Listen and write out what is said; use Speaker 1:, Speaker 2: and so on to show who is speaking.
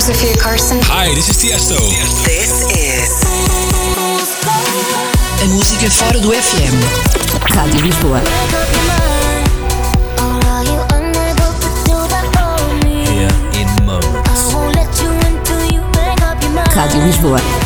Speaker 1: Sophia Carson.
Speaker 2: Hi, this is Tiesto.
Speaker 3: This is
Speaker 4: A música fora do FM. Rádio Lisboa. Rádio Lisboa.